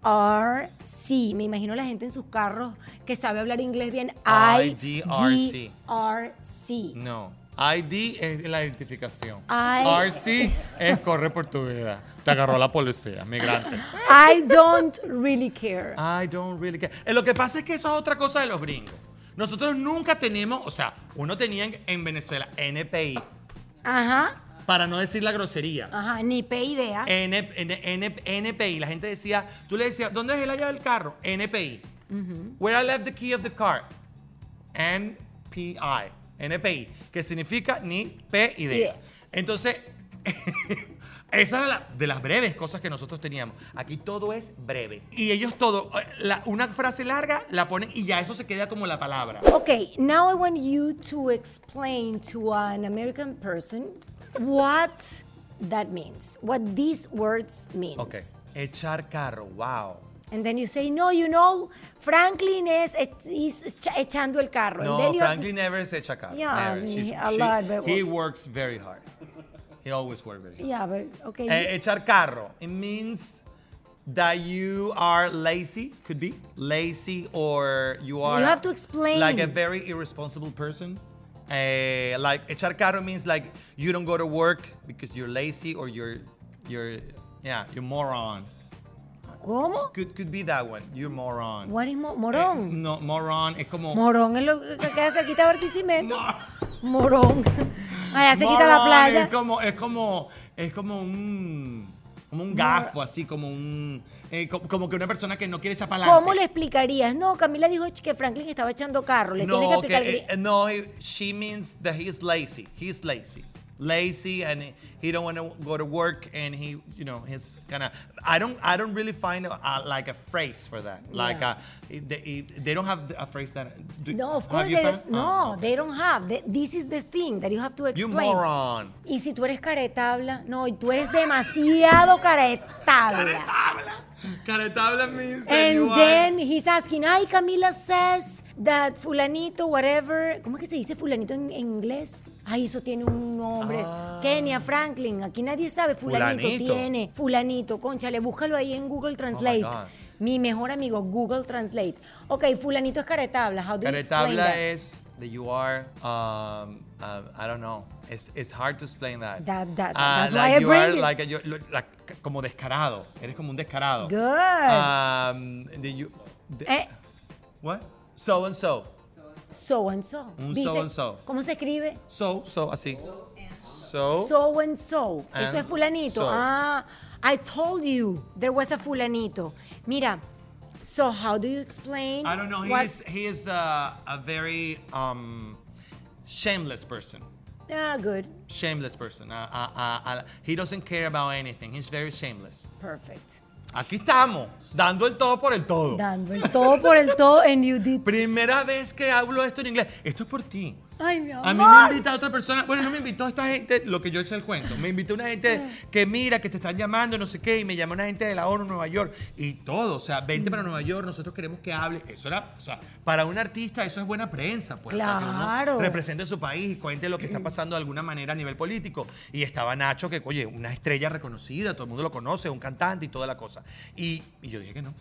R C. Me imagino la gente en sus carros que sabe hablar inglés bien. I D IDRC. R C. No. ID es la identificación. I- RC es corre por tu vida. Te agarró la policía, migrante. I don't really care. I don't really care. Eh, Lo que pasa es que eso es otra cosa de los gringos. Nosotros nunca tenemos, o sea, uno tenía en, en Venezuela NPI, Ajá. para no decir la grosería. Ajá, ni pe idea. N- N- N- NPI, la gente decía, tú le decías, ¿dónde dejé la llave del carro? NPI. Where I left the key of the car. NPI. NPI, que significa ni P idea. Idea. Entonces, esa era la- de las breves cosas que nosotros teníamos. Aquí todo es breve. Y ellos todo, eh, la- una frase larga la ponen y ya eso se queda como la palabra. Okay, now I want you to explain to an American person what that means, what these words means. Ok. Echar carro, wow. And then you say, no, you know, Franklin is, is echa- echando el carro. And No, then you have to- Franklin never is echa carro. Yeah, I never. mean, She's- a lot, but- He works very hard. He always works very hard. Yeah, but okay. Eh, echar carro, it means that you are lazy, could be lazy, or you are. have to explain. Like a very irresponsible person. Eh, like echar carro means like you don't go to work because you're lazy or you're you're yeah you're moron. ¿Cómo? Could could be that one. You're moron. What is mo- Eh, morón? no, moron es como. Morón es lo que que queda cerquita de Barquisimeto. Mor- Morón. Allá Ah, se quita la Morón playa. Es como, es como, es como un, como un gafo, así como un, eh, co- como, que una persona que no quiere echar pa'lante. ¿Cómo le explicarías? No, Camila dijo que Franklin estaba echando carro. Le tienes que eh, No, que, explicar. eh, no, he- she means that he's lazy. He's lazy. lazy and he- he don't want to go to work and he you know he's kind of I don't I don't really find a, a, like a phrase for that like Yeah. a, they, they don't have a phrase that do- No, of have course, you they, found? no, Ah, okay. they don't have. They- this is the thing that you have to you explain. moron Y si tú eres caretabla, no, y tú eres demasiado caretabla. Caretabla. Caretabla means that you And are- then he's asking, ay, Camila says that fulanito, whatever. ¿Cómo es que se dice fulanito en, en inglés? Ay, eso tiene un nombre. Ah. Kenia Franklin, aquí nadie sabe. Fulanito, Fulanito. Oh tiene. Fulanito, conchale, búscalo ahí en Google Translate. God. Mi mejor amigo, Google Translate. Ok, fulanito es caretabla. How do you explain Caretabla that? is that you are, um, um, I don't know. It's, it's hard to explain that. That- that- Ah, that's like why I you bring are it. like, a- you're- lo- like como descarado. Eres como un descarado. Good. Um, the you, the- Eh. what? So and so. So and so. Un ¿Viste? so and so. ¿Cómo se escribe? So, so, así. So. So and so. Eso And es fulanito. so. Ah, I told you there was a fulanito. Mira, so how do you explain? I don't know. He what- is, he is uh, a very um, shameless person. Ah, good. Shameless person. Uh, uh, uh, uh, he doesn't care about anything. He's very shameless. Perfect. Aquí estamos, dando el todo por el todo. Dando el todo por el todo and you did. Primera vez que hablo esto en inglés. Esto es por ti. Ay, mi A mí me amor. invita otra persona. Bueno, no me invitó esta gente, lo que yo eché el cuento. Me invitó una gente que mira, que te están llamando, no sé qué, y me llamó una gente de la ONU, Nueva York, y todo. O sea, vente Mm. para Nueva York, nosotros queremos que hable. Eso era, o sea, para un artista eso es buena prensa, pues. o sea, que uno Claro. Mm. represente su país y cuente lo que está pasando de alguna manera a nivel político. Y estaba Nacho, que, oye, una estrella reconocida, todo el mundo lo conoce, un cantante y toda la cosa. Y, y yo dije que no.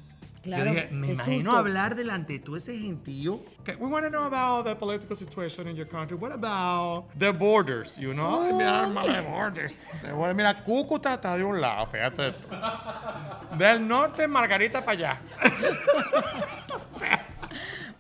Claro, yo dije, me qué imagino susto. hablar delante de todo ese gentío. Okay, we want to know about the political situation in your country. What about the borders, you know? Ay, Oh. mira, mala de borders. De borders. Mira, Cúcuta está de un lado, fíjate tú. Del norte, Margarita para allá.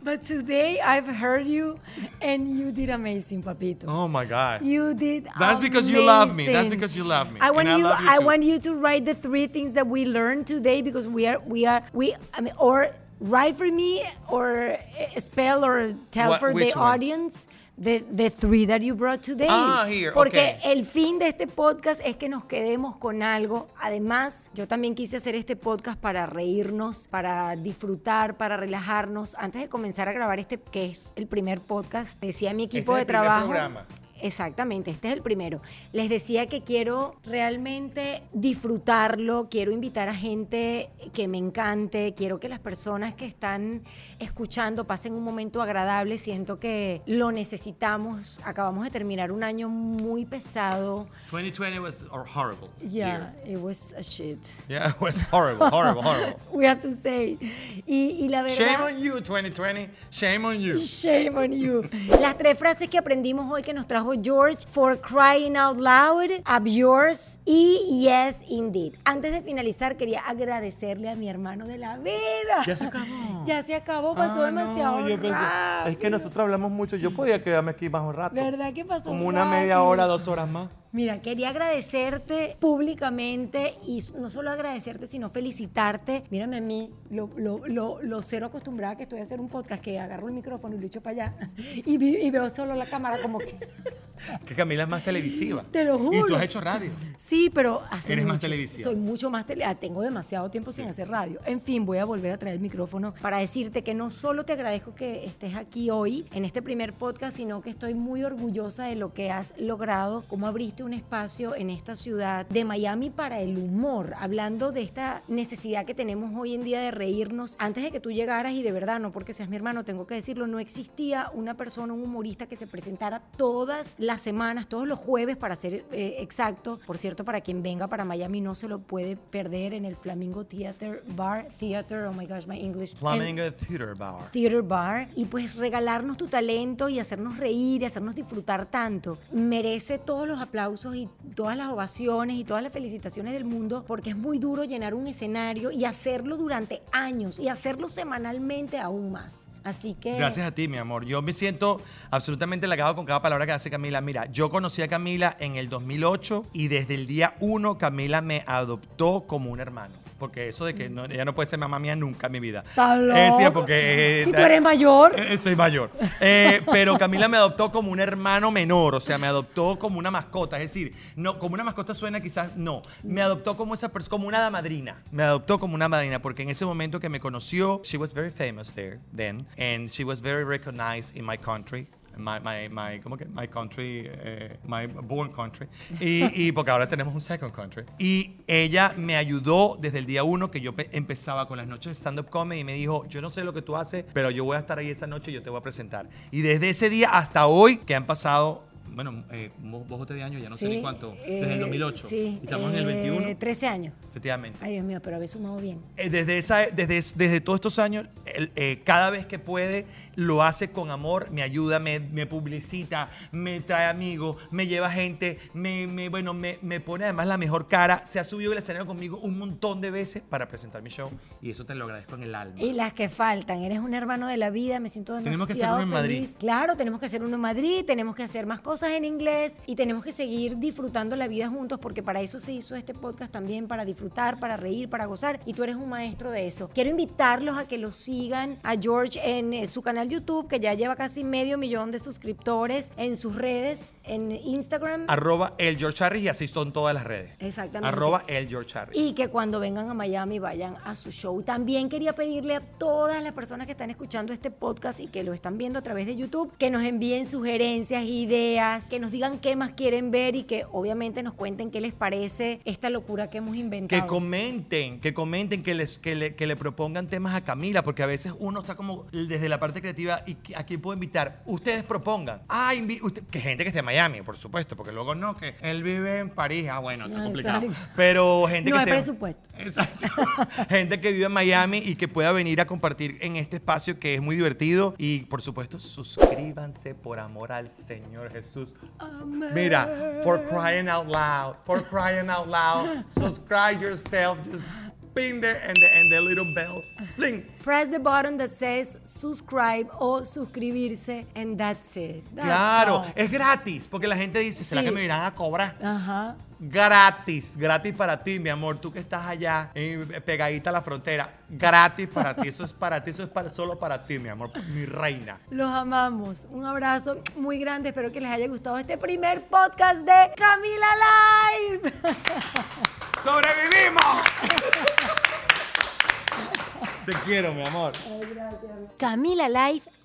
But today I've heard you and you did amazing, papito. Oh my God. You did. That's because you love me. That's amazing. because you love me. I And want I you. love you I too. want you to write the three things that we learned today because we are. We are. We. I mean, or write for me, or eh, spell, or tell What- for the which ones? audience. The, the three that you brought today. Ah, here, Porque okay. el fin de este podcast es que nos quedemos con algo. Además, yo también quise hacer este podcast para reírnos, para disfrutar, para relajarnos. Antes de comenzar a grabar este, que es el primer podcast, decía mi equipo Este es de el primer trabajo. programa. Exactamente, este es el primero. Les decía que quiero realmente disfrutarlo, quiero invitar a gente que me encante, quiero que las personas que están escuchando pasen un momento agradable, siento que lo necesitamos, acabamos de terminar un año muy pesado. 2020 was or horrible. year. Yeah, it was a shit. Yeah, it was horrible, horrible, horrible. We have to say. Y, y la verdad... Shame on you, 2020. Shame on you. Shame on you. Las tres frases que aprendimos hoy que nos trajo George, for crying out loud, up yours y yes indeed. Antes de finalizar, quería agradecerle a mi hermano de la vida. Ya se acabó. Ya se acabó, pasó Ah, no, demasiado yo pensé- rápido. es que nosotros hablamos mucho. Yo podía quedarme aquí más un rato. ¿Verdad que pasó Como una rápido? media hora, dos horas más. Mira, quería agradecerte públicamente y s- no solo agradecerte, sino felicitarte. Mírame a mí, lo, lo- lo- lo cero acostumbrada que estoy a hacer un podcast, que agarro el micrófono y lo echo para allá y, vi- y veo solo la cámara como que... Que Camila es más televisiva. Te lo Y tú juro. has hecho radio. Sí, pero hace Eres más mucho- televisiva. Soy mucho más tele- ah, Tengo demasiado tiempo sin hacer radio. En fin, voy a volver a traer el micrófono para decirte que no solo te agradezco que estés aquí hoy en este primer podcast, sino que estoy muy orgullosa de lo que has logrado, cómo abriste un espacio en esta ciudad de Miami para el humor, hablando de esta necesidad que tenemos hoy en día de reírnos. Antes de que tú llegaras y de verdad, no porque seas mi hermano, tengo que decirlo, no existía una persona, un humorista que se presentara todas las semanas, todos los jueves para ser eh, exacto. Por cierto, para quien venga para Miami no se lo puede perder en el Flamingo Theater, Bar Theater, oh my gosh, my English. Flamingo Theater Bar. Theater Bar y pues regalarnos tu talento y hacernos reír y hacernos disfrutar tanto. Merece todos los aplausos y todas las ovaciones y todas las felicitaciones del mundo porque es muy duro llenar un escenario y hacerlo durante años y hacerlo semanalmente aún más. Así que Gracias a ti, mi amor. Yo me siento absolutamente halagado con cada palabra que hace Camila. Mira, yo conocí a Camila en el 2008 y desde el día 1 Camila me adoptó como un hermano. Porque eso de que no- ella no puede ser mamá mía nunca en mi vida. Está Eh, sí, loco. porque. eh, Si tú eres mayor. eh, soy mayor. Eh, pero Camila me adoptó como un hermano menor, o sea, me adoptó como una mascota. Es decir, no, como una mascota suena quizás no. Me adoptó como esa persona, como una hada madrina. Me adoptó como una madrina porque en ese momento que me conoció, she was very famous there then, and she was very recognized in my country. My, my, my, ¿cómo que? My country, eh, my born country. Y, y porque ahora tenemos un second country. Y ella me ayudó desde el día uno que yo pe- empezaba con las noches de stand-up comedy y me dijo, yo no sé lo que tú haces, pero yo voy a estar ahí esa noche y yo te voy a presentar. Y desde ese día hasta hoy, que han pasado, bueno, eh, un bojote de años, ya no sé ni cuánto, desde el eh, 2008. sí, y estamos en el eh, 21. 13 años. Efectivamente. Ay, Dios mío, pero habéis sumado bien. Eh, Desde, esa, desde, desde todos estos años, el- eh, cada vez que puede, lo hace con amor, me ayuda, me, me publicita, me trae amigos, me lleva gente, me, me- bueno, me, me pone además la mejor cara. Se ha subido al escenario conmigo un montón de veces para presentar mi show y eso te lo agradezco en el alma. Y las que faltan, eres un hermano de la vida, me siento demasiado Tenemos que hacer uno en Madrid. feliz. Claro, tenemos que hacer uno en Madrid, tenemos que hacer más cosas en inglés y tenemos que seguir disfrutando la vida juntos porque para eso se hizo este podcast también, para disfrutar, para reír, para gozar y tú eres un maestro de eso. Quiero invitarlos a que lo sigan a George en eh, su canal YouTube que ya lleva casi medio millón de suscriptores, en sus redes, en Instagram. Arroba el George Harris y asisto en todas las redes. Exactamente. Arroba el George Harris. Y que cuando vengan a Miami vayan a su show. También quería pedirle a todas las personas que están escuchando este podcast y que lo están viendo a través de YouTube que nos envíen sugerencias, ideas, que nos digan qué más quieren ver y que obviamente nos cuenten qué les parece esta locura que hemos inventado. Que comenten, que comenten, que, les, que, le, que le propongan temas a Camila, porque a veces uno está como desde la parte creativa y qui- a quién puedo invitar. Ustedes propongan. Ah, invi- usted- que gente que esté en Miami, por supuesto, porque luego no, que él vive en París. Ah, bueno, está Ah, complicado. exacto. Pero gente No que hay esté- presupuesto. Exacto. gente que vive en Miami y que pueda venir a compartir en este espacio que es muy divertido. Y por supuesto, suscríbanse por amor al Señor Jesús. Mira, for crying out loud, for crying out loud, subscribe yourself, just pin there and the, and the little bell. Bling. Press the button that says subscribe o suscribirse and that's it. That's Claro, all. es gratis, porque la gente dice, ¿será Sí. que me irán a cobrar? Ajá. Gratis, gratis para ti, mi amor, tú que estás allá eh, pegadita a la frontera, gratis para ti, eso es para ti, eso es para, solo para ti, mi amor, mi reina. Los amamos. Un abrazo muy grande. Espero que les haya gustado este primer podcast de Camila Live. ¡Sobrevivimos! Te quiero, mi amor. Camila Live